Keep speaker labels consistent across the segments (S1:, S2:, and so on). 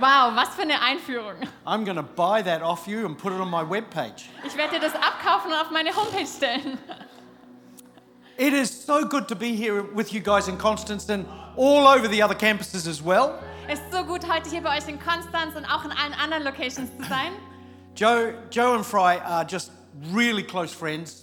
S1: Wow, was für eine Einführung.
S2: I'm going to buy that off you and put it on my webpage.
S1: Ich werde dir das abkaufen und auf meine Homepage stellen.
S2: It is so good to be here with you guys in Constance all over the other campuses as well.
S1: Es ist so gut, heute hier bei euch in Konstanz und auch in allen anderen Locations zu sein.
S2: Joe, Joe and Fry are just really close friends.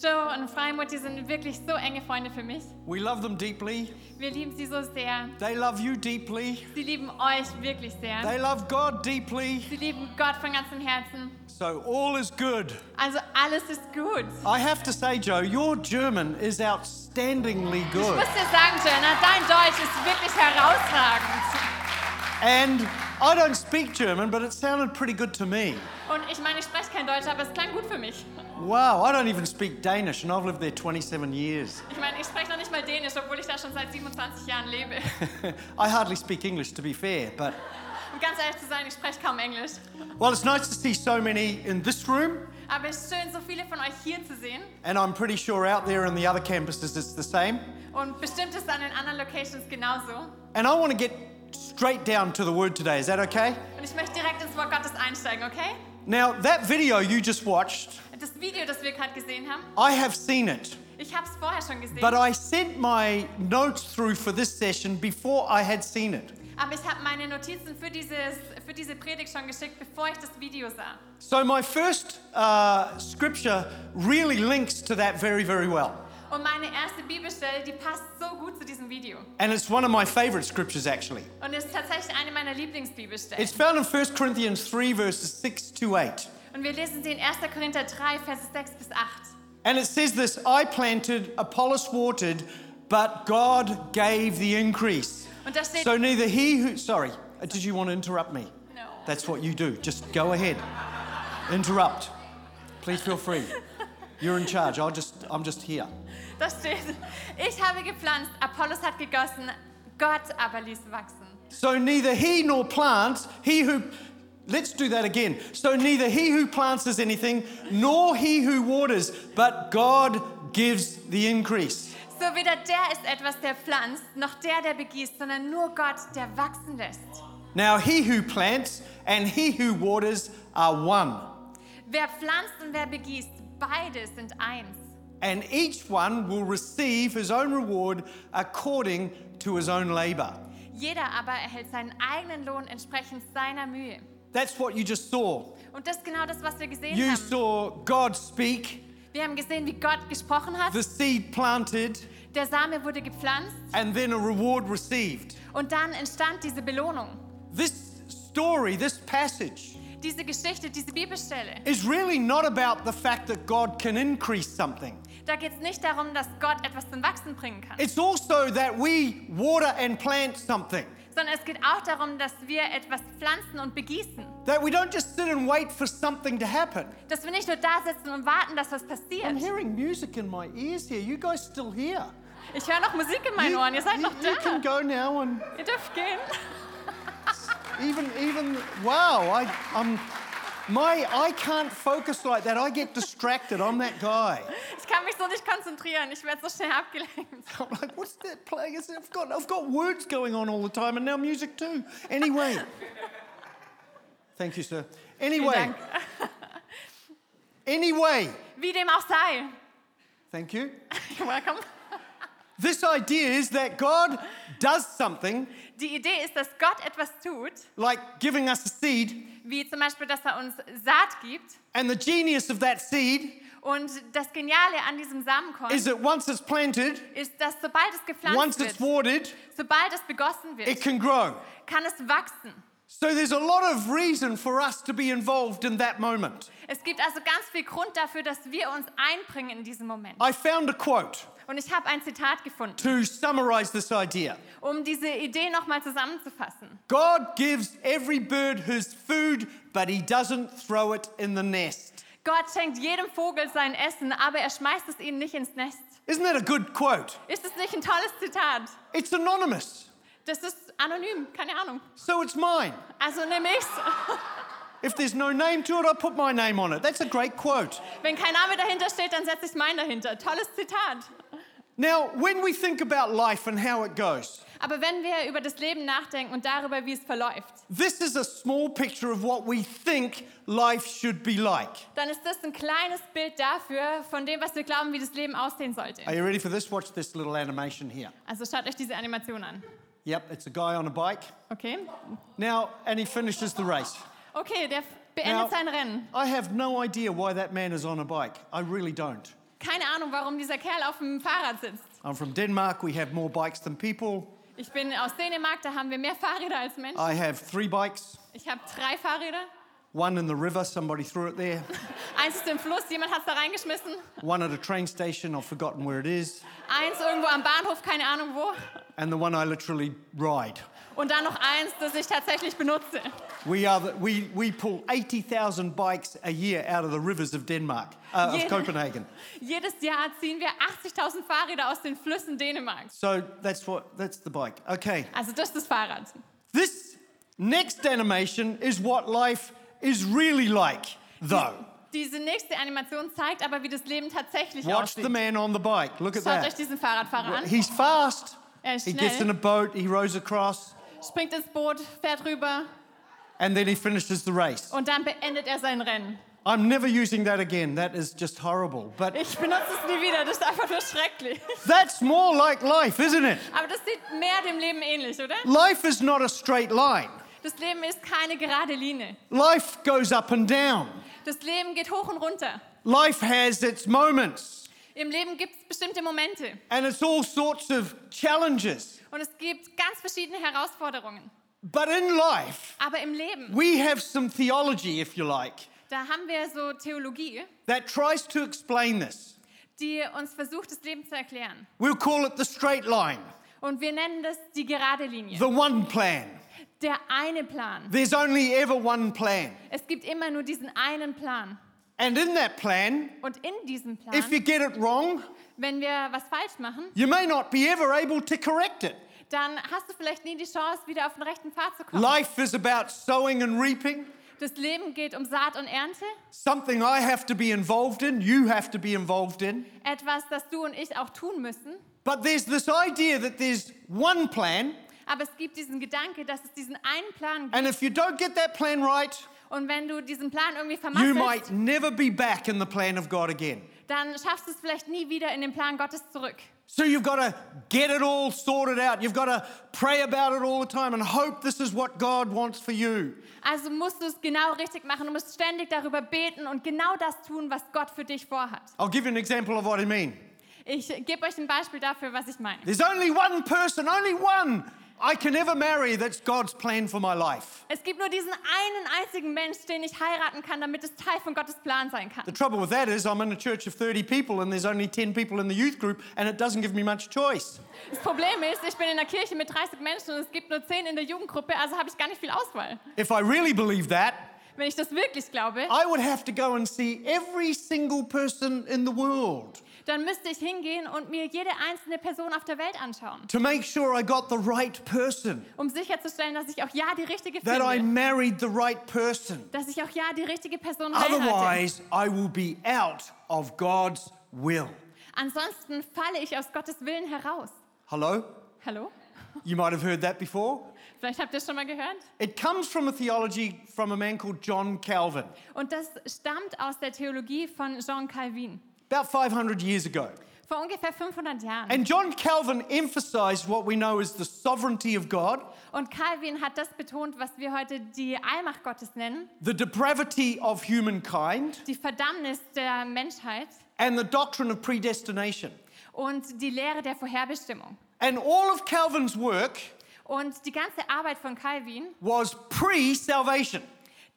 S1: Joe und Freimut, die sind wirklich so enge Freunde für mich.
S2: We love them deeply.
S1: Wir lieben sie so sehr.
S2: They love you deeply.
S1: Sie lieben euch wirklich
S2: They
S1: sehr.
S2: love God deeply.
S1: Sie lieben Gott von ganzem Herzen.
S2: So all is good.
S1: Also alles ist gut.
S2: I have to say, Joe, your German is outstandingly
S1: Ich
S2: good.
S1: muss dir sagen, Joanna, dein Deutsch ist wirklich herausragend.
S2: And I don't speak German, but it sounded pretty good to me.
S1: Und ich meine, ich spreche kein Deutsch, aber es klang gut für mich.
S2: Wow, I don't even speak Danish, and I've lived there 27 years.
S1: Ich meine, ich spreche noch nicht mal Dänisch, obwohl ich da schon seit 27 Jahren lebe.
S2: I hardly speak English, to be fair, but.
S1: Um ganz ehrlich zu sein, ich spreche kaum Englisch.
S2: Well, it's nice to see so many in this room,
S1: Aber es ist schön, so viele von euch hier zu sehen.
S2: and I'm pretty sure out there in the other campuses it's the same.
S1: Und bestimmt ist es an den anderen Locations genauso.
S2: And I want to get straight down to the word today, is that okay?
S1: Und ich möchte direkt ins Wort Gottes einsteigen, okay?
S2: Now, that video you just watched,
S1: Das Video, das wir gerade gesehen haben,
S2: I have seen it,
S1: ich habe es vorher schon gesehen.
S2: but I sent my notes through for this session before I had seen it.
S1: aber ich habe meine Notizen für, dieses, für diese Predigt schon geschickt, bevor ich das Video sah.
S2: So, my first uh, scripture really links to that very, very well.
S1: Und meine erste Bibelstelle, die passt so gut zu diesem Video.
S2: And it's one of my favorite scriptures, actually.
S1: Und ist tatsächlich eine meiner Lieblingsbibelstellen.
S2: It's found in 1 Corinthians 3, verses 6 to 8.
S1: Und wir lesen sie in 1. Korinther 3, Verse 6 bis 8.
S2: And it says this I planted, Apollos watered, but God gave the increase.
S1: Und da steht,
S2: So neither he who. Sorry, uh, did you want to interrupt me?
S1: No.
S2: That's what you do. Just go ahead. Interrupt. Please feel free. You're in charge. I'll just, I'm just here.
S1: da steht, ich habe gepflanzt, Apollos hat gegossen, Gott aber ließ wachsen.
S2: So neither he nor plants, he who. Let's do that again. So neither he who plants is anything, nor he who waters, but God gives the increase.
S1: So weder der ist etwas, der pflanzt, noch der, der begießt, sondern nur Gott, der wachsen lässt.
S2: Now he who plants and he who waters are one,
S1: Wer pflanzt und wer begießt, beide sind eins.
S2: and each one will receive his own reward according to his own labor.
S1: Jeder aber erhält seinen eigenen Lohn entsprechend seiner Mühe.
S2: That's what you just saw.
S1: Und das ist genau das, was wir gesehen
S2: You
S1: haben.
S2: saw God speak,
S1: Wir haben gesehen, wie Gott gesprochen hat.
S2: the seed planted,
S1: Der Same wurde gepflanzt
S2: and then a reward received.
S1: und dann entstand diese Belohnung.
S2: This story, this passage,
S1: Diese Geschichte, diese Bibelstelle.
S2: is really not about the fact that God can increase something.
S1: Da geht es nicht darum, dass Gott etwas zum Wachsen bringen kann,
S2: It's also that we water and plant something.
S1: sondern es geht auch darum, dass wir etwas pflanzen und begießen.
S2: That we don't just sit and wait for something to happen.
S1: Dass wir nicht nur da sitzen und warten, dass was passiert.
S2: I'm hearing music in my ears here. You guys still here?
S1: Ich höre noch Musik in meinen
S2: you,
S1: Ohren. Ihr seid
S2: you-
S1: noch
S2: you can
S1: da.
S2: go now and
S1: Ihr dürft gehen.
S2: even even wow, I I'm my I can't focus like that. I get distracted. I'm that guy.
S1: Ich kann mich so nicht konzentrieren. Ich werde so schnell abgelenkt.
S2: I'm like, what's that playing? Is it- I've got I've got words going on all the time and now music too. Anyway. Thank you, sir. Anyway.
S1: Dank.
S2: Anyway.
S1: Wie dem auch sei.
S2: Thank you.
S1: You're Welcome.
S2: This idea is that God does something
S1: Die Idee ist, dass Gott etwas tut,
S2: like giving us a seed,
S1: wie zum Beispiel, dass er uns Saat gibt.
S2: and the genius of that seed
S1: Und das Geniale an diesem Samenkorn
S2: is that once it's planted,
S1: ist, dass sobald es
S2: once
S1: gepflanzt
S2: it's
S1: wird,
S2: watered,
S1: sobald es begossen
S2: it
S1: wird,
S2: can grow.
S1: kann es wachsen.
S2: So there's a lot of reason for us to be involved in that moment.
S1: Es gibt also ganz viel Grund dafür, dass wir uns einbringen in diesem Moment.
S2: I found a quote
S1: Und ich habe ein Zitat gefunden,
S2: to summarize this idea.
S1: um diese Idee nochmal zusammenzufassen.
S2: God gives every bird his food, but he doesn't throw it in the nest.
S1: Gott schenkt jedem Vogel sein Essen, aber er schmeißt es ihnen nicht ins Nest.
S2: Isn't that a good quote?
S1: Ist es nicht ein tolles Zitat?
S2: It's anonymous,
S1: Das ist anonym, keine Ahnung.
S2: so it's mine.
S1: Also nehme ich's.
S2: If there's no name to it, I put my name on it. That's a great quote.
S1: Wenn kein Name dahinter steht, dann setze ich meinen dahinter. Tolles Zitat.
S2: Now, when we think about life and how it goes,
S1: Aber wenn wir über das Leben nachdenken und darüber, wie es verläuft,
S2: this is a small picture of what we think life should be like.
S1: dann ist das ein kleines Bild dafür, von dem, was wir glauben, wie das Leben aussehen sollte.
S2: Are you ready for this? Watch this little animation here.
S1: Also schaut euch diese Animation an.
S2: Yep, it's a guy on a bike.
S1: Okay?
S2: Now, and he finishes the race.
S1: Okay, der
S2: Now,
S1: beendet sein Rennen.
S2: I have no idea why that man is on a bike. I really don't.
S1: Keine Ahnung, warum dieser Kerl auf dem Fahrrad sitzt.
S2: I'm from Denmark. We have more bikes than people.
S1: Ich bin aus Dänemark, da haben wir mehr Fahrräder als Menschen.
S2: I have three bikes.
S1: Ich habe drei Fahrräder.
S2: One in the river, somebody threw it there.
S1: Eins ist im Fluss, jemand hat es da reingeschmissen.
S2: One at a train station, I've forgotten where it is.
S1: Eins irgendwo am Bahnhof, keine Ahnung wo.
S2: And the one I literally ride.
S1: Und dann noch eins, das ich tatsächlich benutze.
S2: We, are the, we, we pull 80,000 bikes a year out of the rivers of Denmark, uh, of
S1: Yeah.
S2: Copenhagen.
S1: Jedes Jahr ziehen wir 80.000 Fahrräder aus den Flüssen Dänemarks.
S2: So that's what, that's the bike. Okay.
S1: Also das ist das Fahrrad.
S2: This next animation is what life is really like, though.
S1: Diese nächste Animation zeigt aber, wie das Leben tatsächlich
S2: Watch
S1: aussieht.
S2: the man on the bike. Look at
S1: Schaut euch
S2: that.
S1: diesen Fahrradfahrer an.
S2: He's fast.
S1: Er ist
S2: He gets in a
S1: schnell,
S2: boat, he rows across,
S1: springt ins Boot, fährt rüber
S2: and then he finishes the race.
S1: und dann beendet er sein Rennen.
S2: I'm never using that again. That is just horrible. But
S1: Ich benutze es nie wieder, das ist einfach nur schrecklich.
S2: that's more like life, isn't it?
S1: Aber das sieht mehr dem Leben ähnlich, oder?
S2: Life is not a straight line.
S1: Das Leben ist keine gerade Linie.
S2: Life goes up and down.
S1: Das Leben geht hoch und runter.
S2: Life has its moments,
S1: Im Leben gibt es bestimmte Momente
S2: and it's all sorts of challenges.
S1: und es gibt ganz verschiedene Herausforderungen.
S2: But in life,
S1: Aber im Leben,
S2: we have some theology, if you like,
S1: da haben wir so Theologie,
S2: that tries to explain this.
S1: die uns versucht, das Leben zu erklären.
S2: We'll call it the straight line,
S1: Und wir nennen das die gerade Linie.
S2: the one plan.
S1: Der eine Plan.
S2: There's only ever one plan.
S1: Es gibt immer nur diesen einen Plan.
S2: And in that plan,
S1: Und in diesem Plan,
S2: if you get it wrong,
S1: wenn wir was falsch machen,
S2: you may not be ever able to correct it.
S1: dann hast du vielleicht nie die Chance, wieder auf den rechten Pfad zu kommen.
S2: Life is about sowing and reaping,
S1: Das Leben geht um Saat und Ernte.
S2: something I have to be involved in, you have to be involved in.
S1: Etwas, das du und ich auch tun müssen.
S2: But there's this idea that there's one plan,
S1: Aber es gibt diesen Gedanke, dass es diesen einen Plan gibt.
S2: and if you don't get that plan right,
S1: Und wenn du diesen Plan irgendwie
S2: you might
S1: vermasselst,
S2: never be back in the plan of God again.
S1: dann schaffst du es vielleicht nie wieder in den Plan Gottes zurück.
S2: So you've got to get it all sorted out. You've got to pray about it all the time and hope this is what God wants for you.
S1: Also musst du es genau richtig machen. Du musst ständig darüber beten und genau das tun, was Gott für dich vorhat.
S2: I'll give you an example of what I mean.
S1: Ich gebe euch ein Beispiel dafür, was ich meine.
S2: There's only one person, only one I can ever marry that's God's plan for my life.
S1: Es gibt nur diesen einen einzigen Mensch, den ich heiraten kann, damit es Teil von Gottes Plan sein kann.
S2: The trouble with that is, I'm in a church of 30 people and there's only 10 people in the youth group, and it doesn't give me much choice.
S1: Das Problem ist, ich bin in der Kirche mit 30 Menschen und es gibt nur 10 in der Jugendgruppe, also habe ich gar nicht viel Auswahl.
S2: If I really believe that,
S1: Wenn ich das wirklich glaube,
S2: I would have to go and see every single person in the world
S1: dann müsste ich hingehen und mir jede einzelne Person auf der Welt anschauen,
S2: to make sure I got the right person,
S1: um sicherzustellen, dass ich auch ja die richtige
S2: that I
S1: finde,
S2: married the right person.
S1: dass ich auch ja die richtige Person heirate.
S2: Otherwise, I will be out of God's will.
S1: Ansonsten falle ich aus Gottes Willen heraus.
S2: Hello?
S1: Hallo?
S2: You might have heard that before.
S1: Vielleicht habt ihr es schon mal gehört.
S2: It comes from a theology from a man called John Calvin
S1: Und das stammt aus der Theologie von Jean Calvin
S2: about 500 years ago.
S1: vor ungefähr 500 Jahren.
S2: And John Calvin emphasized what we know as the sovereignty of God,
S1: Und Calvin hat das betont, was wir heute die Allmacht Gottes nennen,
S2: the depravity of humankind,
S1: die Verdammnis der Menschheit
S2: and the doctrine of predestination.
S1: und die Lehre der Vorherbestimmung.
S2: And all of Calvin's work
S1: Und Und die ganze Arbeit von Calvin,
S2: was pre salvation.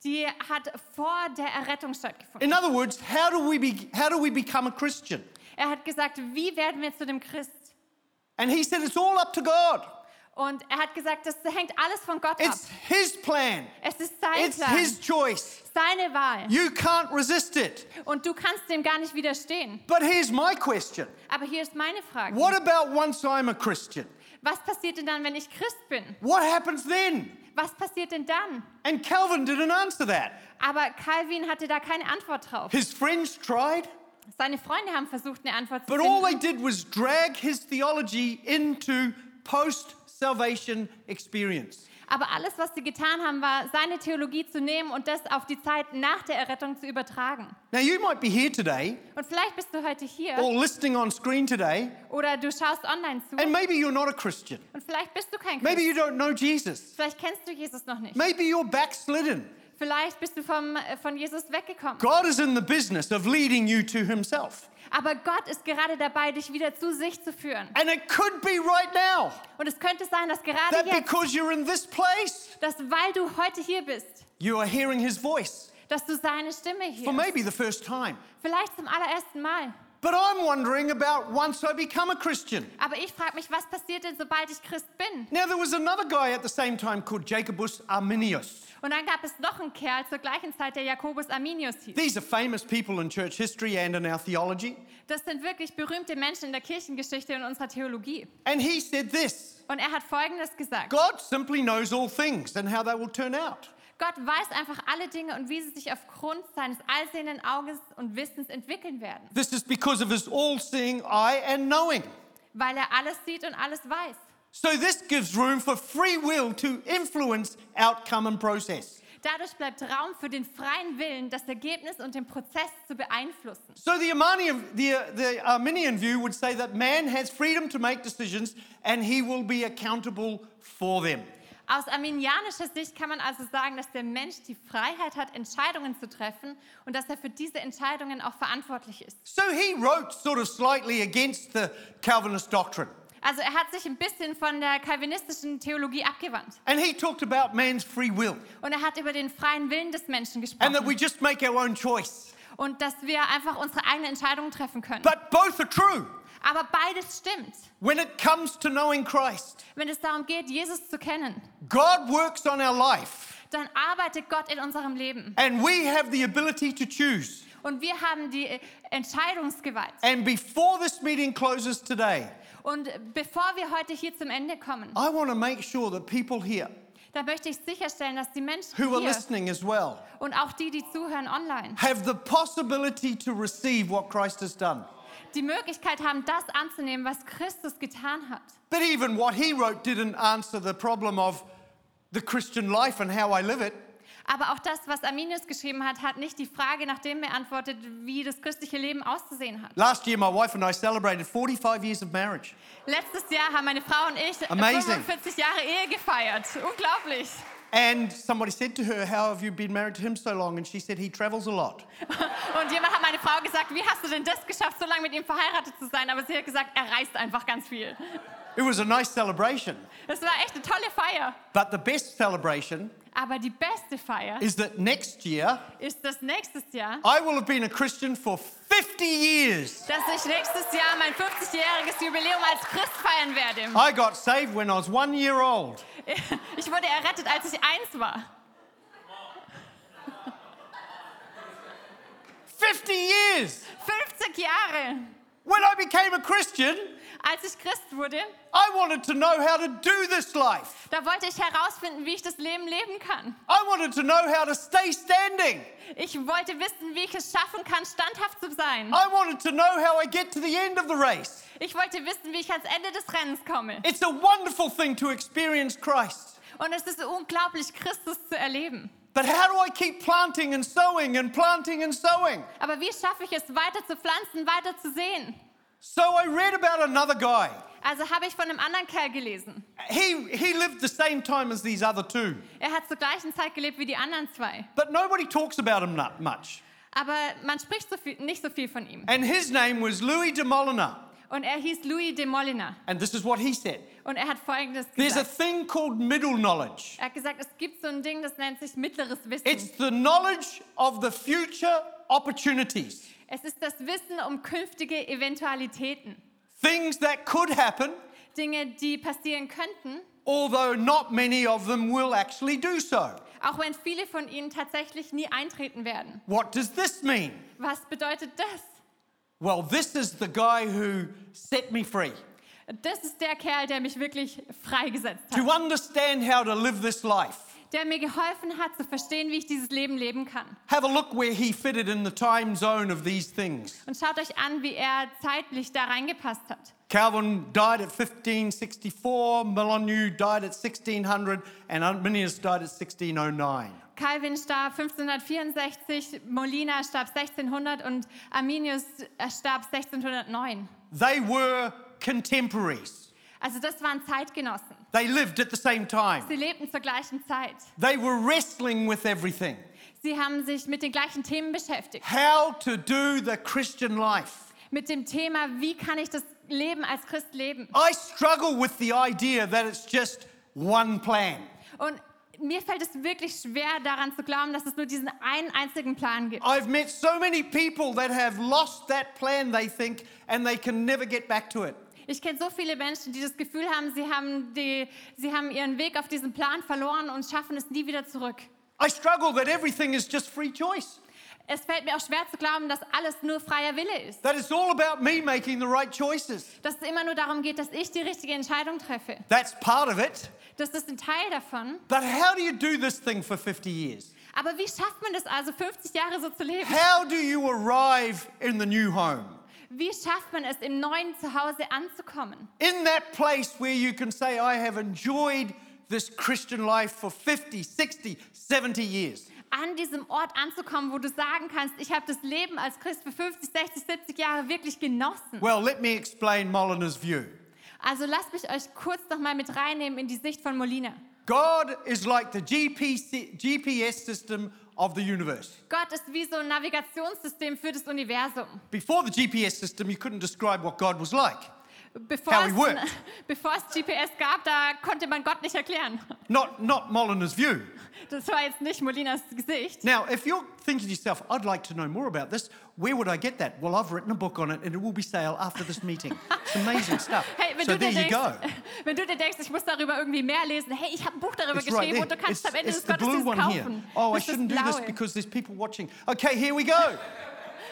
S1: die hat vor der Errettung stattgefunden.
S2: In other words, how do, we be, how do we become a Christian?
S1: Er hat gesagt, wie werden wir zu dem Christ?
S2: And he said it's all up to God.
S1: Und er hat gesagt, das hängt alles von Gott
S2: It's
S1: ab.
S2: his plan,
S1: Es ist sein
S2: it's
S1: Plan,
S2: his choice.
S1: seine Wahl.
S2: You can't resist it.
S1: Und du kannst dem gar nicht widerstehen.
S2: But here's my question
S1: Aber hier ist meine Frage.
S2: What about once I'm a Christian?
S1: Was passiert denn dann, wenn ich Christ bin?
S2: What happens then?
S1: Was passiert denn dann?
S2: And Calvin didn't answer that.
S1: Aber Calvin hatte da keine Antwort drauf.
S2: His friends tried,
S1: Seine Freunde haben versucht, eine Antwort zu
S2: but all
S1: finden.
S2: they did was drag his theology into post salvation experience.
S1: Aber alles, was sie getan haben, war, seine Theologie zu nehmen und das auf die Zeit nach der Errettung zu übertragen.
S2: Now, you might be here today
S1: Und vielleicht bist du heute hier
S2: or listening on screen today,
S1: oder du schaust online zu
S2: and maybe you're not a Christian.
S1: und vielleicht bist du kein
S2: Maybe
S1: Christ.
S2: you don't know Jesus.
S1: Vielleicht kennst du Jesus noch nicht.
S2: Maybe you're backslidden.
S1: Vielleicht bist du vom, äh, von Jesus weggekommen.
S2: God is in the business of leading you to Himself.
S1: Aber Gott ist gerade dabei, dich wieder zu sich zu führen.
S2: And it could be right now
S1: Und es könnte sein, dass
S2: that
S1: gerade jetzt,
S2: because you're in this place,
S1: dass weil du heute hier bist,
S2: you are hearing His voice
S1: dass du seine Stimme hier,
S2: for maybe the first time.
S1: vielleicht zum allerersten Mal.
S2: But I'm wondering about once I become a Christian.
S1: Aber ich frage mich, was passiert denn, sobald ich Christ bin?
S2: Now, there was another guy at the same time called Jacobus Arminius.
S1: Und dann gab es noch einen Kerl zur gleichen Zeit, der Jakobus Arminius hieß.
S2: These are famous people in church history and in our theology.
S1: Das sind wirklich berühmte Menschen in der Kirchengeschichte und unserer Theologie.
S2: And he said this
S1: Und er hat Folgendes gesagt.
S2: God simply knows all things and how they will turn out.
S1: Gott weiß einfach alle Dinge und wie sie sich aufgrund seines allsehenden Auges und Wissens entwickeln werden,
S2: This is because of his all seeing eye and knowing.
S1: weil er alles sieht und alles weiß.
S2: So, this gives room for free will to influence outcome and process.
S1: Dadurch bleibt Raum für den freien Willen, das Ergebnis und den Prozess zu beeinflussen.
S2: So, the, Arminian, the, the Arminian view would say that man has freedom to make decisions and he will be accountable for them.
S1: Aus arminianischer Sicht kann man also sagen, dass der Mensch die Freiheit hat, Entscheidungen zu treffen und dass er für diese Entscheidungen auch verantwortlich ist.
S2: So, he wrote sort of slightly against the Calvinist doctrine.
S1: Also er hat sich ein bisschen von der kalvinistischen Theologie abgewandt
S2: And he talked about man's free will
S1: und er hat über den freien Willen des Menschen
S2: and that we
S1: gesprochen
S2: just make our own choice.
S1: und dass wir einfach unsere eigenen Entscheidungen treffen können.
S2: But both are true
S1: Aber beides stimmt,
S2: when it comes to knowing Christ.
S1: wenn es darum geht, Jesus zu kennen.
S2: God works on our life.
S1: Dann arbeitet Gott in unserem Leben
S2: And we have the ability to choose.
S1: und wir haben die äh, Entscheidungsgewalt.
S2: And before this meeting closes today,
S1: Und bevor wir heute hier zum Ende kommen,
S2: I want to make sure that people here
S1: da möchte ich sicherstellen, dass die Menschen
S2: who are
S1: hier
S2: listening as well
S1: und auch die, die zuhören online,
S2: have the possibility to receive what Christ has done.
S1: die Möglichkeit haben, das anzunehmen, was Christus getan hat.
S2: But even what he wrote didn't answer the problem of the Christian life and how I live it.
S1: Aber auch das, was Arminius geschrieben hat, hat nicht die Frage nach dem beantwortet, wie das christliche Leben auszusehen hat.
S2: Last year, my wife and I celebrated 45 years of marriage.
S1: Letztes Jahr haben meine Frau und ich
S2: Amazing.
S1: 45 Jahre Ehe gefeiert. Unglaublich.
S2: And somebody said to her, How have you been married to him so long? And she said, He travels a lot.
S1: Und jemand hat meine Frau gesagt, wie hast du denn das geschafft, so lange mit ihm verheiratet zu sein? Aber sie hat gesagt, er reist einfach ganz viel.
S2: It was a nice celebration.
S1: Das war echt eine tolle Feier.
S2: But the best celebration
S1: Aber die beste Feier
S2: is that next year,
S1: ist das nächstes Jahr,
S2: I will have been a Christian for 50 years.
S1: dass ich nächstes Jahr mein 50-jähriges Jubiläum als Christ feiern werde.
S2: I got saved when I was one year old.
S1: Ich wurde errettet, als ich eins war.
S2: 50 years!
S1: 50 Jahre.
S2: When I became a Christian,
S1: Als ich Christ wurde,
S2: I wanted to know how to do this life.
S1: da wollte ich herausfinden, wie ich das Leben leben kann.
S2: I wanted to know how to stay standing.
S1: Ich wollte wissen, wie ich es schaffen kann, standhaft zu sein.
S2: I wanted to know how I get to the end of the race.
S1: Ich wollte wissen, wie ich ans Ende des Rennens komme.
S2: It's a wonderful thing to experience Christ.
S1: Und es ist unglaublich, Christus zu erleben.
S2: But how do I keep planting and sowing and planting and sowing?
S1: Aber wie schaffe ich es, weiter zu pflanzen, weiter zu sehen?
S2: So I read about another guy.
S1: Also habe ich von einem anderen Kerl gelesen.
S2: He, he lived the same time as these other two,
S1: Er hat zur gleichen Zeit gelebt wie die anderen zwei.
S2: but nobody talks about him that much.
S1: Aber man spricht so viel, nicht so viel von ihm.
S2: And his name was Louis de Molina.
S1: Und er hieß Louis de Molina.
S2: And this is what he said
S1: Und er hat Folgendes
S2: There's a
S1: gesagt.
S2: thing called middle knowledge,
S1: Er hat gesagt, es gibt so ein Ding, das nennt sich mittleres Wissen.
S2: it's the knowledge of the future opportunities,
S1: es ist das Wissen um künftige Eventualitäten.
S2: things that could happen,
S1: Dinge, die passieren könnten,
S2: although not many of them will actually do so.
S1: auch wenn viele von ihnen tatsächlich nie eintreten werden.
S2: What does this mean?
S1: Was bedeutet das?
S2: Well, this is the guy who set me free.
S1: Das ist der Kerl, der mich wirklich freigesetzt hat,
S2: To understand how to live this life,
S1: der mir geholfen hat zu verstehen, wie ich dieses Leben leben kann.
S2: have a look where he fitted in the time zone of these things.
S1: Und schaut euch an, wie er zeitlich da reingepasst hat.
S2: Calvin died at 1564, Molyneux died at 1600, and Arminius died at 1609.
S1: Calvin starb 1564, Molina starb 1600 und Arminius starb 1609.
S2: They were contemporaries.
S1: Also das waren Zeitgenossen.
S2: They lived at the same time.
S1: Sie lebten zur gleichen Zeit.
S2: They were wrestling with everything.
S1: Sie haben sich mit den gleichen Themen beschäftigt.
S2: How to do the Christian life.
S1: Mit dem Thema, wie kann ich das Leben als Christ leben?
S2: I struggle with the idea that it's just one plan.
S1: Und mir fällt es wirklich schwer, daran zu glauben, dass es nur diesen einen einzigen Plan gibt.
S2: I've met so many people that have lost that plan, they think, and they can never get back to it.
S1: Ich kenne so viele Menschen, die das Gefühl haben, sie haben, die, sie haben ihren Weg auf diesen Plan verloren und schaffen es nie wieder zurück.
S2: I struggle that everything is just free choice,
S1: Es fällt mir auch schwer zu glauben, dass alles nur freier Wille ist.
S2: that it's all about me making the right choices.
S1: Dass es immer nur darum geht, dass ich die richtige Entscheidung treffe.
S2: That's part of it.
S1: Das ist ein Teil davon.
S2: But how do you do this thing for 50 years?
S1: Aber wie schafft man das also, 50 Jahre so zu leben?
S2: How do you arrive in the new home?
S1: Wie schafft man es, im neuen Zuhause anzukommen?
S2: In that place where you can say, I have enjoyed this Christian life for 50, 60, 70 years.
S1: An diesem Ort anzukommen, wo du sagen kannst, ich habe das Leben als Christ für 50, 60, 70 Jahre wirklich genossen.
S2: Well, let me explain Molyneux's view.
S1: Also lasst mich euch kurz nochmal mit reinnehmen in die Sicht von Molina.
S2: God is like the GPC, GPS system of the universe.
S1: Gott ist wie so ein Navigationssystem für das Universum.
S2: Before the GPS system, you couldn't describe what God was like.
S1: Bevor
S2: How he
S1: es,
S2: worked.
S1: bevor es GPS gab, da konnte man Gott nicht erklären.
S2: Not, not Molyneux's view.
S1: Das war jetzt nicht Molinas Gesicht.
S2: Now, if you're thinking to yourself, I'd like to know more about this, where would I get that? Well, I've written a book on it and it will be sale after this meeting. It's amazing stuff.
S1: Hey, wenn,
S2: so
S1: du dir
S2: there you go.
S1: denkst, wenn du dir denkst, ich muss darüber irgendwie mehr lesen, hey, ich habe ein Buch darüber
S2: It's right
S1: geschrieben
S2: there.
S1: und du
S2: It's,
S1: kannst es am Ende
S2: it's
S1: des
S2: the blue
S1: Gottesdienstes
S2: one here.
S1: kaufen.
S2: Oh, I
S1: Das ist
S2: shouldn't do
S1: das
S2: this
S1: Blaue.
S2: because there's people watching. Okay, here we go.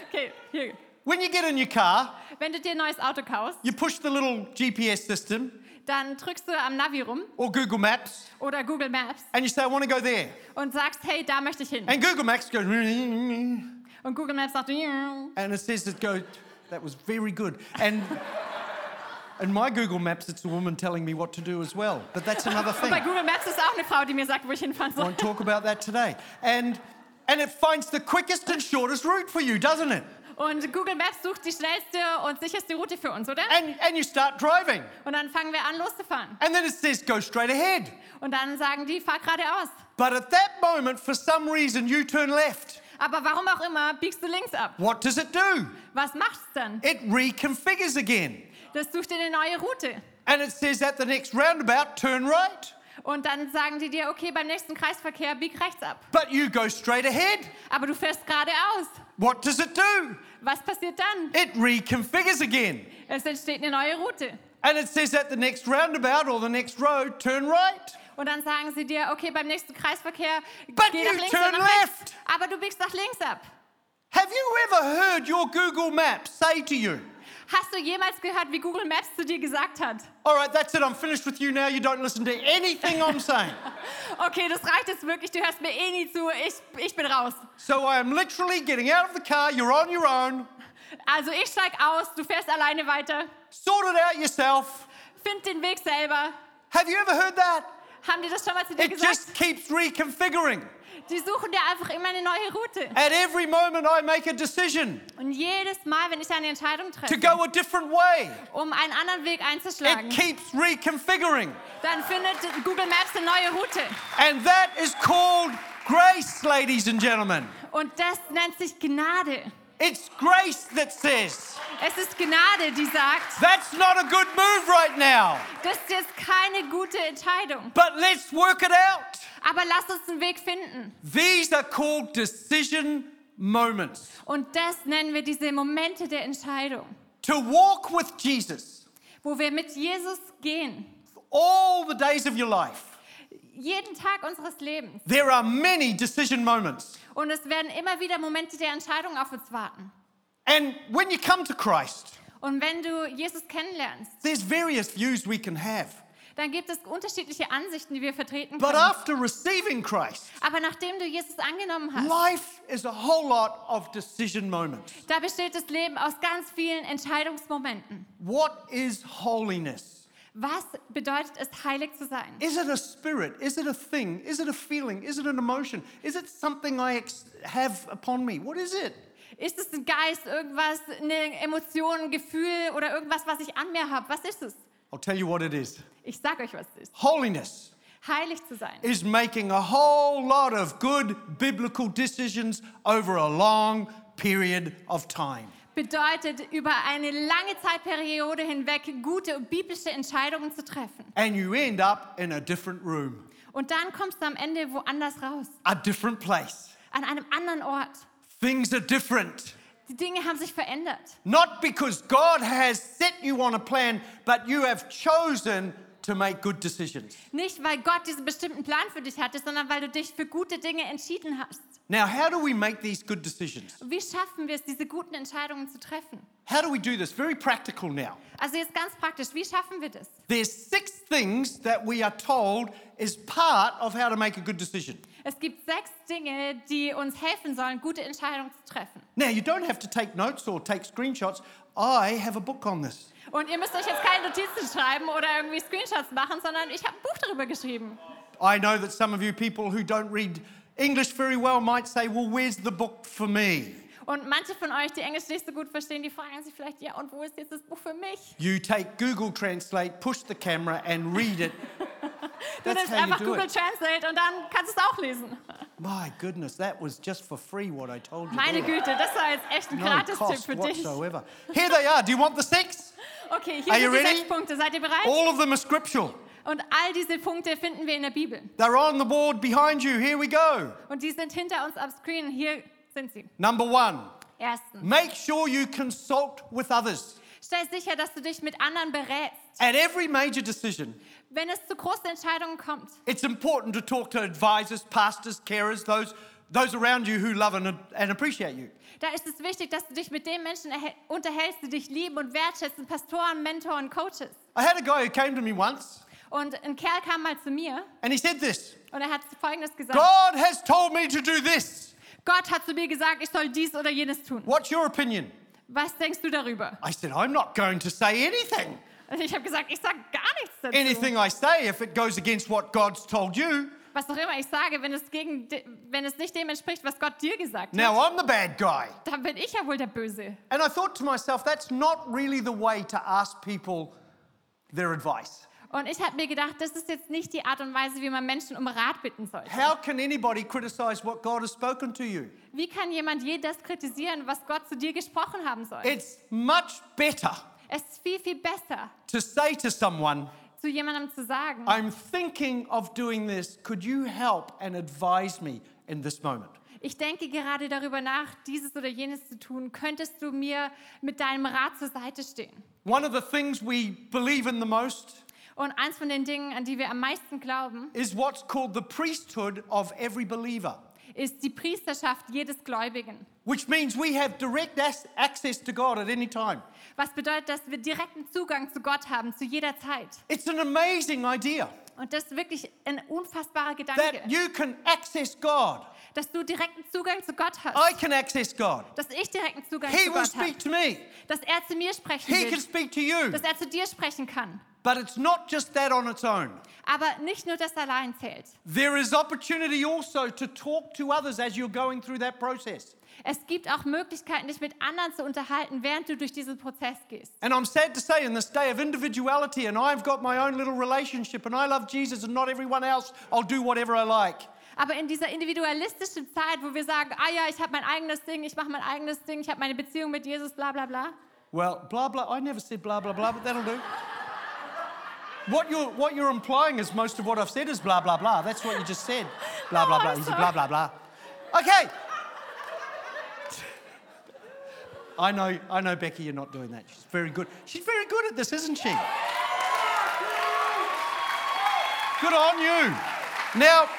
S1: Okay, hier.
S2: When you get in your car,
S1: Wenn du dir ein neues Auto kaufst,
S2: you push the little GPS system
S1: dann drückst du am Navi rum
S2: or Google Maps
S1: oder Google Maps
S2: and you say, I want to go there.
S1: und sagst, hey, da möchte ich hin.
S2: And Google Maps goes, and
S1: Und Google Maps sagt, "Ja."
S2: it says it goes, that was very good. And in my Google Maps, it's a woman telling me what to do as well. But that's another thing.
S1: bei Google Maps ist auch eine Frau, die mir sagt, wo ich hinfahren soll.
S2: Won't talk about that today. And and it finds the quickest and shortest route for you, doesn't it?
S1: Und Google Maps sucht die schnellste und sicherste Route für uns, oder?
S2: And and you start driving.
S1: Und dann fangen wir an, loszufahren.
S2: And then it says go straight ahead.
S1: Und dann sagen die, fahr geradeaus.
S2: But at that moment, for some reason, you turn left.
S1: Aber warum auch immer, biegst du links ab.
S2: What does it do?
S1: Was machst du dann?
S2: It reconfigures again.
S1: Das sucht dir eine neue Route.
S2: And it says at the next roundabout, turn right.
S1: Und dann sagen die dir, okay, beim nächsten Kreisverkehr bieg rechts ab.
S2: But you go straight ahead.
S1: Aber du fährst geradeaus.
S2: What does it do?
S1: Was passiert dann?
S2: It reconfigures again.
S1: Es entsteht eine neue Route.
S2: And it says at the next roundabout or the next road, turn right.
S1: Und dann sagen sie dir, okay, beim nächsten Kreisverkehr
S2: But
S1: geh
S2: you
S1: nach links
S2: turn
S1: oder nach
S2: left.
S1: rechts. Aber du biegst nach links ab.
S2: Have you ever heard your Google Maps say to you,
S1: Hast du jemals gehört, wie Google Maps zu dir gesagt hat?
S2: All right, that's it. I'm finished with you now. You don't listen to anything I'm saying.
S1: Okay, das reicht jetzt wirklich, du hörst mir eh nie zu, ich, ich bin raus.
S2: so I am literally getting out of the car. You're on your own.
S1: Also ich steig aus, du fährst alleine weiter,
S2: Sort it out yourself.
S1: find den Weg selber.
S2: Have you ever heard that?
S1: Haben die das schon mal zu dir
S2: It
S1: gesagt?
S2: just keeps reconfiguring.
S1: Die suchen dir einfach immer eine neue Route.
S2: At every moment, I make a decision
S1: Und jedes Mal, wenn ich eine Entscheidung
S2: to
S1: treffe,
S2: go a different way.
S1: um einen anderen Weg einzuschlagen,
S2: It keeps reconfiguring.
S1: dann findet Google Maps eine neue Route.
S2: And that is called grace, ladies and gentlemen.
S1: Und das nennt sich Gnade.
S2: It's grace that says,
S1: Es ist Gnade, die sagt,
S2: that's not a good move right now,
S1: das ist jetzt keine gute Entscheidung.
S2: but let's work it out.
S1: Aber lass uns einen Weg finden.
S2: These are called decision moments.
S1: Und das nennen wir diese Momente der Entscheidung,
S2: To walk with Jesus
S1: wo wir mit Jesus gehen.
S2: all the days of your life,
S1: Jeden Tag unseres Lebens.
S2: there are many decision moments.
S1: Und es werden immer wieder Momente der Entscheidung auf uns warten.
S2: And when you come to Christ,
S1: Und wenn du Jesus kennenlernst,
S2: there's various views we can have.
S1: dann gibt es unterschiedliche Ansichten, die wir vertreten
S2: But
S1: können.
S2: after receiving Christ,
S1: Aber nachdem du Jesus angenommen hast,
S2: life is a whole lot of decision moments.
S1: da besteht das Leben aus ganz vielen Entscheidungsmomenten.
S2: What is holiness?
S1: Was bedeutet es, heilig zu sein?
S2: Is it a spirit? Is it a thing? Is it a feeling? Is it an emotion? Is it something I ex- have upon me? What is it?
S1: Ist es ein Geist, irgendwas, eine Emotion, ein Gefühl oder irgendwas, was ich an mir habe? Was ist es?
S2: I'll tell you what it is.
S1: Ich sag euch, was es ist.
S2: Holiness
S1: Heilig zu sein
S2: is making a whole lot of good biblical decisions over a long period of time.
S1: bedeutet, über eine lange Zeitperiode hinweg gute und biblische Entscheidungen zu treffen.
S2: And you end up in a different room,
S1: Und dann kommst du am Ende woanders raus,
S2: a different place.
S1: an einem anderen Ort.
S2: Things are different.
S1: Die Dinge haben sich verändert.
S2: Not because God has set you on a plan, but you have chosen to make good decisions.
S1: Nicht, weil Gott diesen bestimmten Plan für dich hatte, sondern weil du dich für gute Dinge entschieden hast.
S2: Now, how do we make these good decisions?
S1: Wie schaffen wir es, diese guten Entscheidungen zu treffen?
S2: How do we do this? Very practical now.
S1: Also jetzt ganz praktisch, wie schaffen wir das?
S2: There's six things that we are told is part of how to make a good decision.
S1: Es gibt sechs Dinge, die uns helfen sollen, gute Entscheidungen zu treffen.
S2: Now, you don't have to take notes or take screenshots. I have a book on this.
S1: Und ihr müsst euch jetzt keine Notizen schreiben oder irgendwie Screenshots machen, sondern ich habe ein Buch darüber geschrieben.
S2: I know that some of you people who don't read English very well might say, Well, where's the book for me?
S1: Und manche von euch, die Englisch nicht so gut verstehen, die fragen sich vielleicht, ja, und wo ist jetzt das Buch für mich?
S2: You take Google Translate, push the camera, and read it.
S1: Du
S2: That's
S1: nimmst
S2: how you
S1: einfach
S2: do
S1: Google
S2: it.
S1: Translate und dann kannst du es auch lesen.
S2: My goodness, that was just for free what I told you.
S1: Meine
S2: there.
S1: Güte, das war jetzt echt ein
S2: No
S1: Gratis-Tipp
S2: cost
S1: für dich.
S2: whatsoever. Here they are. Do you want the six?
S1: Okay, hier
S2: Are you
S1: sind die
S2: ready? Oh.
S1: sechs Punkte. Seid ihr bereit?
S2: All of them are scriptural.
S1: Und all diese Punkte finden wir in der Bibel.
S2: They're on the board behind you. Here we go.
S1: Und die sind hinter uns am Screen. Hier sind sie.
S2: Number one,
S1: Erstens,
S2: make sure you consult with others.
S1: stell sicher, dass du dich mit anderen berätst.
S2: At every major decision,
S1: Wenn es zu großen Entscheidungen kommt,
S2: it's important to talk to advisors, pastors, carers, those, those around you who love and, and appreciate you.
S1: da ist es wichtig, dass du dich mit den Menschen erhä- unterhältst, die dich lieben und wertschätzen, Pastoren, Mentoren, Coaches.
S2: I had a guy who came to me once
S1: Und ein Kerl kam mal zu mir
S2: and he said this
S1: und er hat Folgendes gesagt.
S2: God has told me to do this.
S1: Gott hat zu mir gesagt, ich soll dies oder jenes tun.
S2: What's your opinion?
S1: Was denkst du darüber?
S2: I said, I'm not going to say anything.
S1: Und ich habe gesagt, ich sage gar nichts dazu.
S2: Anything I say, if it goes against what God's told you,
S1: Was auch immer ich sage, wenn es, gegen, de- wenn es nicht dem entspricht, was Gott dir gesagt hat,
S2: now I'm the bad guy.
S1: dann bin ich ja wohl der Böse.
S2: And I thought to myself, that's not really the way to ask people their advice.
S1: Und ich habe mir gedacht, das ist jetzt nicht die Art und Weise, wie man Menschen um Rat bitten sollte.
S2: How can anybody criticize what God has spoken to you?
S1: Wie kann jemand je das kritisieren, was Gott zu dir gesprochen haben soll?
S2: It's much better
S1: Es ist viel, viel besser,
S2: to say to someone,
S1: zu jemandem zu sagen,
S2: I'm thinking of doing this. Could you help and advise me in this moment?
S1: ich denke gerade darüber nach, dieses oder jenes zu tun, könntest du mir mit deinem Rat zur Seite stehen?
S2: One of the things we believe in the most
S1: Und eins von den Dingen, an die wir am meisten glauben,
S2: is what's called the priesthood of every believer,
S1: ist die Priesterschaft jedes Gläubigen.
S2: which means we have direct as- access to God at any time.
S1: Was bedeutet, dass wir direkten Zugang zu Gott haben, zu jeder Zeit.
S2: It's an amazing idea
S1: Und das ist wirklich ein unfassbarer
S2: that
S1: Gedanke,
S2: you can access God.
S1: dass du direkten Zugang zu Gott
S2: I
S1: hast.
S2: can access God.
S1: Dass ich direkten Zugang
S2: He
S1: zu
S2: will
S1: Gott habe.
S2: speak to me.
S1: Dass er zu mir sprechen
S2: He can
S1: will.
S2: speak to you.
S1: Dass er zu dir sprechen kann.
S2: But it's not just that on its own.
S1: Aber nicht nur das allein zählt.
S2: There is opportunity also to talk to others as you're going through that process.
S1: Es gibt auch Möglichkeiten, dich mit anderen zu unterhalten, während du durch diesen Prozess gehst.
S2: And I'm sad to say, in this day of individuality, and I've got my own little relationship, and I love Jesus and not everyone else, I'll do whatever I like.
S1: Aber in dieser individualistischen Zeit, wo wir sagen, ah ja, ich habe mein eigenes Ding, ich mache mein eigenes Ding, ich habe meine Beziehung mit Jesus, bla bla bla.
S2: Well, blah, blah. I never said blah, blah, blah, but that'll do. What you're, what you're implying is most of what I've said is blah, blah, blah. That's what you just said. Blah, blah, blah.
S1: No, Oh, I'm
S2: You said blah, blah,
S1: sorry.
S2: blah. Okay. I know, I know, Becky, you're not doing that. She's very good. She's very good at this, isn't she? Good on you. Now,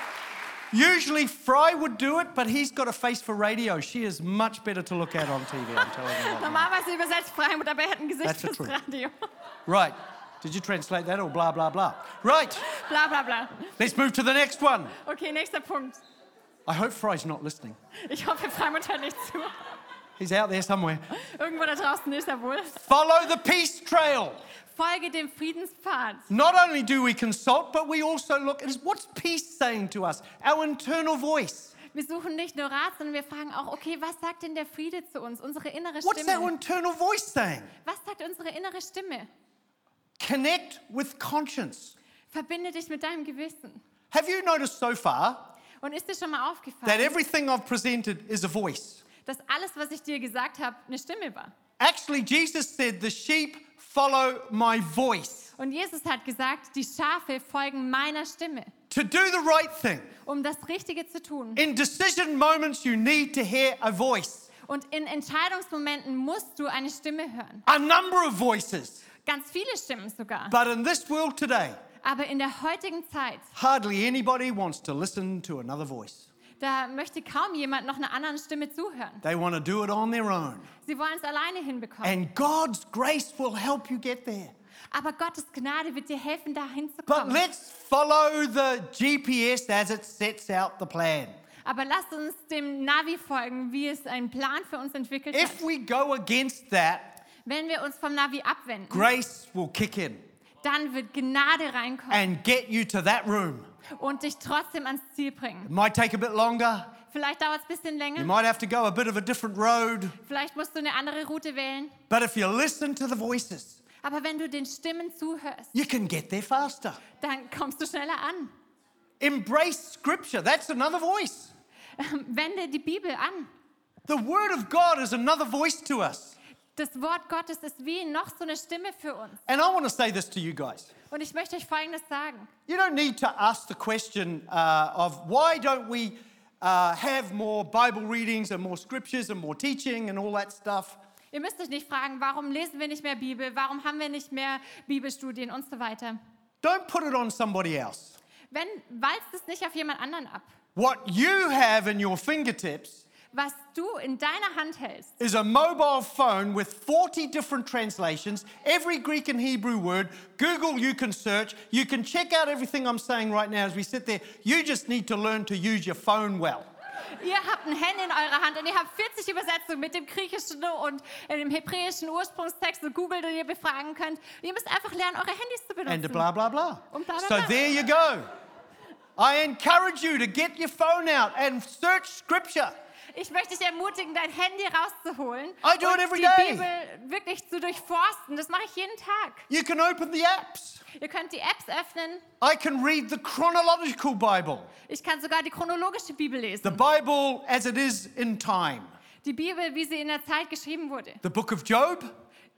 S2: usually Fry would do it, but he's got a face for radio. She is much better to look at on TV, I'm telling you. right now.
S1: Normalerweise übersetzt Freimut, aber er hat ein Gesicht
S2: That's the
S1: fürs
S2: truth.
S1: Radio.
S2: Right. Did you translate that or blah, blah, blah? Right.
S1: Bla bla bla.
S2: Let's move to the next one.
S1: Okay, nächster Punkt.
S2: I hope Fry's not listening.
S1: Ich hoffe, Freimut hört nicht zu.
S2: He's out there somewhere.
S1: Irgendwo da draußen ist er wohl.
S2: Follow the peace trail.
S1: Folge dem Friedenspfad.
S2: Not only do we consult, but we also look at what's peace saying to us, our internal voice.
S1: Wir suchen nicht nur Rat, sondern wir fragen auch, okay, was sagt denn der Friede zu uns, unsere innere
S2: What's our
S1: Stimme?
S2: internal voice saying?
S1: Was sagt unsere innere Stimme?
S2: Connect with conscience.
S1: Verbinde dich mit deinem Gewissen.
S2: Have you noticed so far
S1: Und ist dir schon mal
S2: that
S1: aufgefallen,
S2: everything I've presented is a voice?
S1: dass alles, was ich dir gesagt habe, eine Stimme war?
S2: Actually, Jesus said, The sheep follow my voice.
S1: Und Jesus hat gesagt, die Schafe folgen meiner Stimme,
S2: To do the right thing,
S1: um das Richtige zu tun.
S2: In decision moments, you need to hear a voice,
S1: Und in Entscheidungsmomenten musst du eine Stimme hören.
S2: a number of voices.
S1: Ganz viele Stimmen sogar.
S2: But in this world today,
S1: Aber in der heutigen Zeit,
S2: hardly anybody wants to listen to another voice.
S1: da möchte kaum jemand noch einer anderen Stimme zuhören.
S2: They want to do it on their own.
S1: Sie wollen es alleine hinbekommen.
S2: And God's grace will help you get there.
S1: Aber Gottes Gnade wird dir helfen, da
S2: But
S1: hinzukommen.
S2: let's follow the GPS as it sets out the plan.
S1: Aber lasst uns dem Navi folgen, wie es einen Plan für uns entwickelt hat.
S2: If we go against that,
S1: Wenn wir uns vom Navi abwenden,
S2: grace will kick in
S1: dann wird Gnade reinkommen
S2: and get you to that room.
S1: und dich trotzdem ans Ziel
S2: It
S1: bringen.
S2: might take a bit longer.
S1: Vielleicht dauert es ein bisschen
S2: You
S1: länger,
S2: might have to go a bit of a different road.
S1: vielleicht musst du eine andere Route wählen.
S2: But if you listen to the voices,
S1: Aber wenn du den Stimmen zuhörst,
S2: you can get there faster.
S1: dann kommst du schneller an.
S2: Embrace Scripture. That's another voice.
S1: Ähm, Wende die Bibel an.
S2: The Word of God is another voice to us.
S1: Das Wort Gottes ist wie noch so eine Stimme für uns.
S2: And I want to say this to you guys.
S1: Und ich möchte euch Folgendes sagen.
S2: You don't need to ask the question uh, of why don't we uh, have more Bible readings and more scriptures and more teaching and all that stuff.
S1: Ihr müsst euch nicht fragen, warum lesen wir nicht mehr Bibel, warum haben wir nicht mehr Bibelstudien und so weiter.
S2: Don't put it on somebody else.
S1: Wenn, walzt es nicht auf jemand anderen ab.
S2: What you have in your fingertips
S1: Was du in deiner Hand hältst,
S2: is a mobile phone with 40 different translations, every Greek and Hebrew word. Google, you can search. You can check out everything I'm saying right now as we sit there. You just need to learn to use your phone well.
S1: ihr habt ein Handy in eurer Hand und ihr habt 40 Übersetzungen mit dem griechischen und dem hebräischen Ursprungstext und Google, den ihr befragen könnt. Ihr müsst einfach lernen, eure Handys zu benutzen.
S2: And blah, blah, blah.
S1: Um, blah, blah,
S2: So
S1: blah.
S2: there you go. I encourage you to get your phone out and search scripture.
S1: Ich möchte dich ermutigen, dein Handy rauszuholen
S2: I do it
S1: und
S2: every
S1: die
S2: day.
S1: Bibel wirklich zu durchforsten. Das mache ich jeden Tag.
S2: You can open the apps.
S1: Ihr könnt die Apps öffnen.
S2: I can read the chronological Bible,
S1: Ich kann sogar die chronologische Bibel
S2: the
S1: lesen.
S2: Bible as it is in time.
S1: Die Bibel, wie sie in der Zeit geschrieben wurde.
S2: The book of Job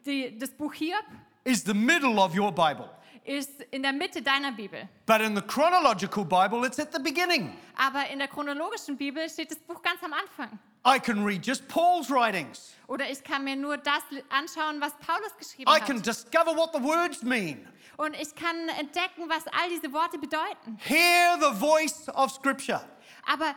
S1: Die, das Buch Hiob
S2: is the middle of your Bible.
S1: ist in der Mitte deiner Bibel.
S2: But in the chronological Bible, it's at the beginning.
S1: Aber in der chronologischen Bibel steht das Buch ganz am Anfang.
S2: I can read just Paul's writings.
S1: Oder ich kann mir nur das li- anschauen, was Paulus geschrieben
S2: I can
S1: hat.
S2: discover what the words mean.
S1: Und ich kann entdecken, was all diese Worte bedeuten.
S2: Hear the voice of Scripture.
S1: Aber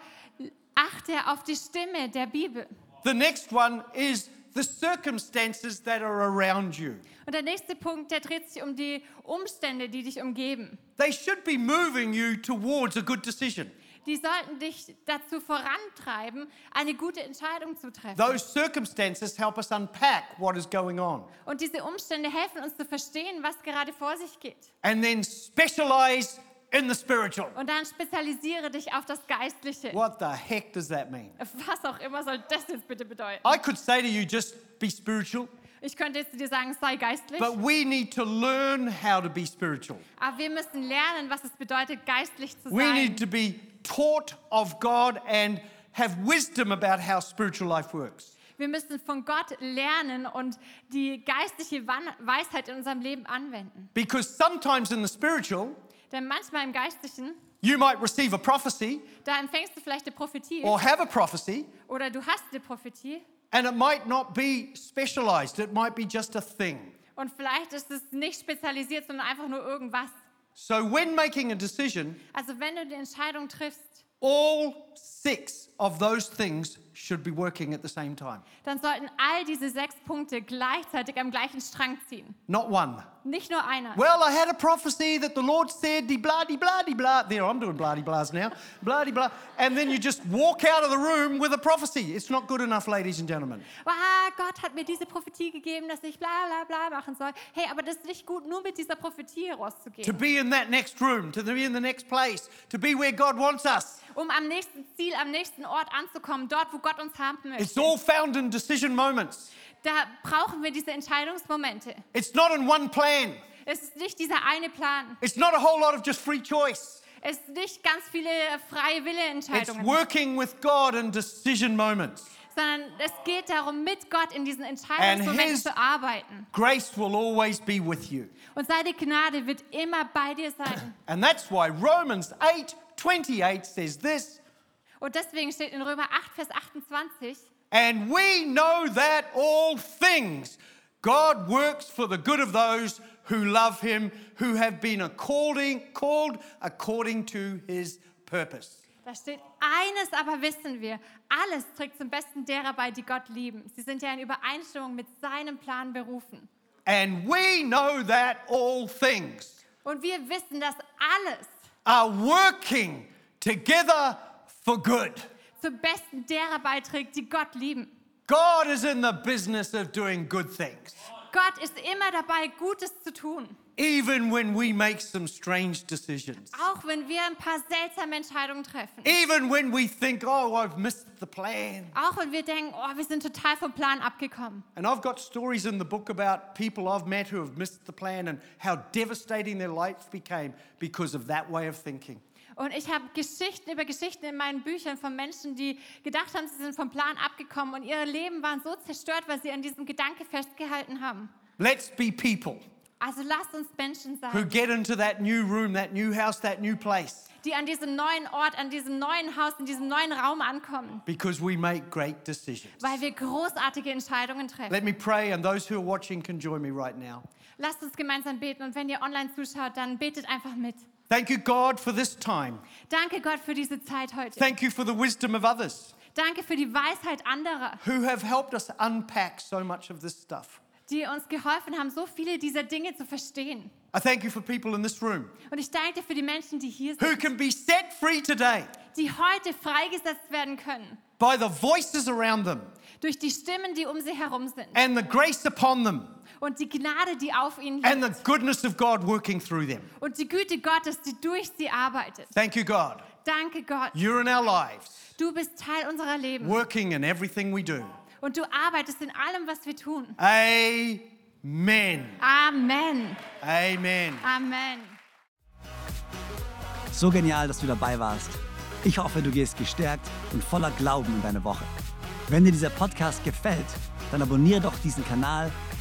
S1: achte auf die Stimme der Bibel.
S2: The next one is the circumstances that are around you.
S1: Und der nächste Punkt, der dreht sich um die Umstände, die dich umgeben.
S2: They should be moving you towards a good decision.
S1: Die sollten dich dazu vorantreiben, eine gute Entscheidung zu treffen.
S2: Those circumstances help us unpack what is going on.
S1: Und diese Umstände helfen uns zu verstehen, was gerade vor sich geht.
S2: And then specialize in the spiritual.
S1: Und dann spezialisiere dich auf das Geistliche.
S2: What the heck does that mean?
S1: Was auch immer soll das jetzt bitte bedeuten?
S2: I could say to you, just be spiritual,
S1: Ich könnte jetzt dir sagen, sei geistlich.
S2: But we need to learn how to be spiritual.
S1: Aber wir müssen lernen, was es bedeutet, geistlich zu
S2: We need
S1: sein.
S2: to be taught of God and have wisdom about how spiritual life works.
S1: Wir müssen von Gott lernen und die geistliche Wan- Weisheit in unserem Leben anwenden.
S2: Because sometimes in the spiritual,
S1: Denn manchmal im Geistlichen,
S2: you might receive a prophecy
S1: da empfängst du vielleicht eine Prophetie
S2: or have a prophecy,
S1: oder du hast eine Prophetie
S2: and it might not be specialized, it might be just a thing.
S1: und vielleicht ist es nicht spezialisiert, sondern einfach nur irgendwas.
S2: So when making a decision,
S1: Also wenn du die Entscheidung triffst,
S2: all six of those things should be working at the same time,
S1: dann sollten all diese sechs Punkte gleichzeitig am gleichen Strang ziehen.
S2: not one.
S1: Nicht nur einer.
S2: Well, I had a prophecy that the Lord said, de blah, de blah, de blah. There, I'm doing blah, de blahs now. Blah, de blah. And then you just walk out of the room with a prophecy. It's not good enough, ladies and gentlemen.
S1: Ah, Gott hat mir diese Prophetie gegeben, dass ich bla bla bla machen soll. Hey, aber das ist nicht gut, nur mit dieser Prophetie
S2: To
S1: rauszugehen.
S2: be in that next room, to be in the next place, to be where God wants us.
S1: Um am nächsten Ziel, am nächsten Ort anzukommen, dort, wo Gott uns haben
S2: It's
S1: möchte.
S2: all found in decision moments.
S1: Da brauchen wir diese Entscheidungsmomente.
S2: It's not in one plan.
S1: Es ist nicht dieser eine Plan.
S2: It's not a whole lot of just free choice.
S1: Es ist nicht ganz viele freie
S2: It's
S1: Wille-Entscheidungen,
S2: working with God in decision moments.
S1: sondern es geht darum, mit Gott in diesen
S2: And
S1: Entscheidungsmomenten
S2: his-
S1: zu arbeiten.
S2: Grace will always be with you.
S1: Und seine Gnade wird immer bei dir sein.
S2: And that's why Romans 8 28 says this.
S1: Und deswegen steht in Römer 8, Vers 28,
S2: And we know that all things God works for the good of those who love him, who have been according, called according to his purpose.
S1: Da steht, eines aber wissen wir, alles trägt zum Besten derer bei, die Gott lieben. Sie sind ja in Übereinstimmung mit seinem Plan berufen.
S2: And we know that all things
S1: Und wir wissen, dass alles
S2: are working together for good.
S1: zum Besten derer beiträgt, die Gott lieben.
S2: God is in the business of doing good things,
S1: Gott ist immer dabei, Gutes zu tun,
S2: even when we make some strange decisions,
S1: auch wenn wir ein paar seltsame Entscheidungen treffen.
S2: even when we think, oh, I've missed the plan.
S1: Auch wenn wir denken, oh, wir sind total vom Plan abgekommen.
S2: And I've got stories in the book about people I've met who have missed the plan and how devastating their life became because of that way of thinking.
S1: Und ich habe Geschichten über Geschichten in meinen Büchern von Menschen, die gedacht haben, sie sind vom Plan abgekommen und ihre Leben waren so zerstört, weil sie an diesem Gedanke festgehalten haben.
S2: Let's be people
S1: Also lasst uns Menschen
S2: who
S1: sein,
S2: get into that new room, that new house, that new place
S1: die an diesem neuen Ort, an diesem neuen Haus, in diesem neuen Raum ankommen,
S2: because we make great decisions.
S1: weil wir großartige Entscheidungen treffen.
S2: Let me pray, and those who are watching can join me right now.
S1: Lasst uns gemeinsam beten und wenn ihr online zuschaut, dann betet einfach mit.
S2: Thank you, God, for this time.
S1: Danke Gott für diese Zeit heute.
S2: Thank you for the wisdom of others
S1: Danke für die Weisheit anderer,
S2: who have helped us unpack so much of this stuff.
S1: die uns geholfen haben, so viele dieser Dinge zu verstehen.
S2: I thank you for people in this room
S1: Und ich danke dir für die Menschen, die hier sind,
S2: who can be set free today
S1: die heute freigesetzt werden können
S2: by the voices around them.
S1: durch die Stimmen, die um sie herum sind
S2: and the grace upon them
S1: und die Gnade, die auf ihnen
S2: and
S1: liegt
S2: the goodness of God working through them.
S1: und die Güte Gottes, die durch sie arbeitet.
S2: Thank you, God.
S1: Danke Gott.
S2: You're in our lives,
S1: Du bist Teil unserer Leben
S2: working in everything we do.
S1: und du arbeitest in allem, was wir tun.
S2: Amen.
S1: Amen.
S2: Amen.
S1: Amen.
S3: So genial, dass du dabei warst. Ich hoffe, du gehst gestärkt und voller Glauben in deine Woche. Wenn dir dieser Podcast gefällt, dann abonniere doch diesen Kanal,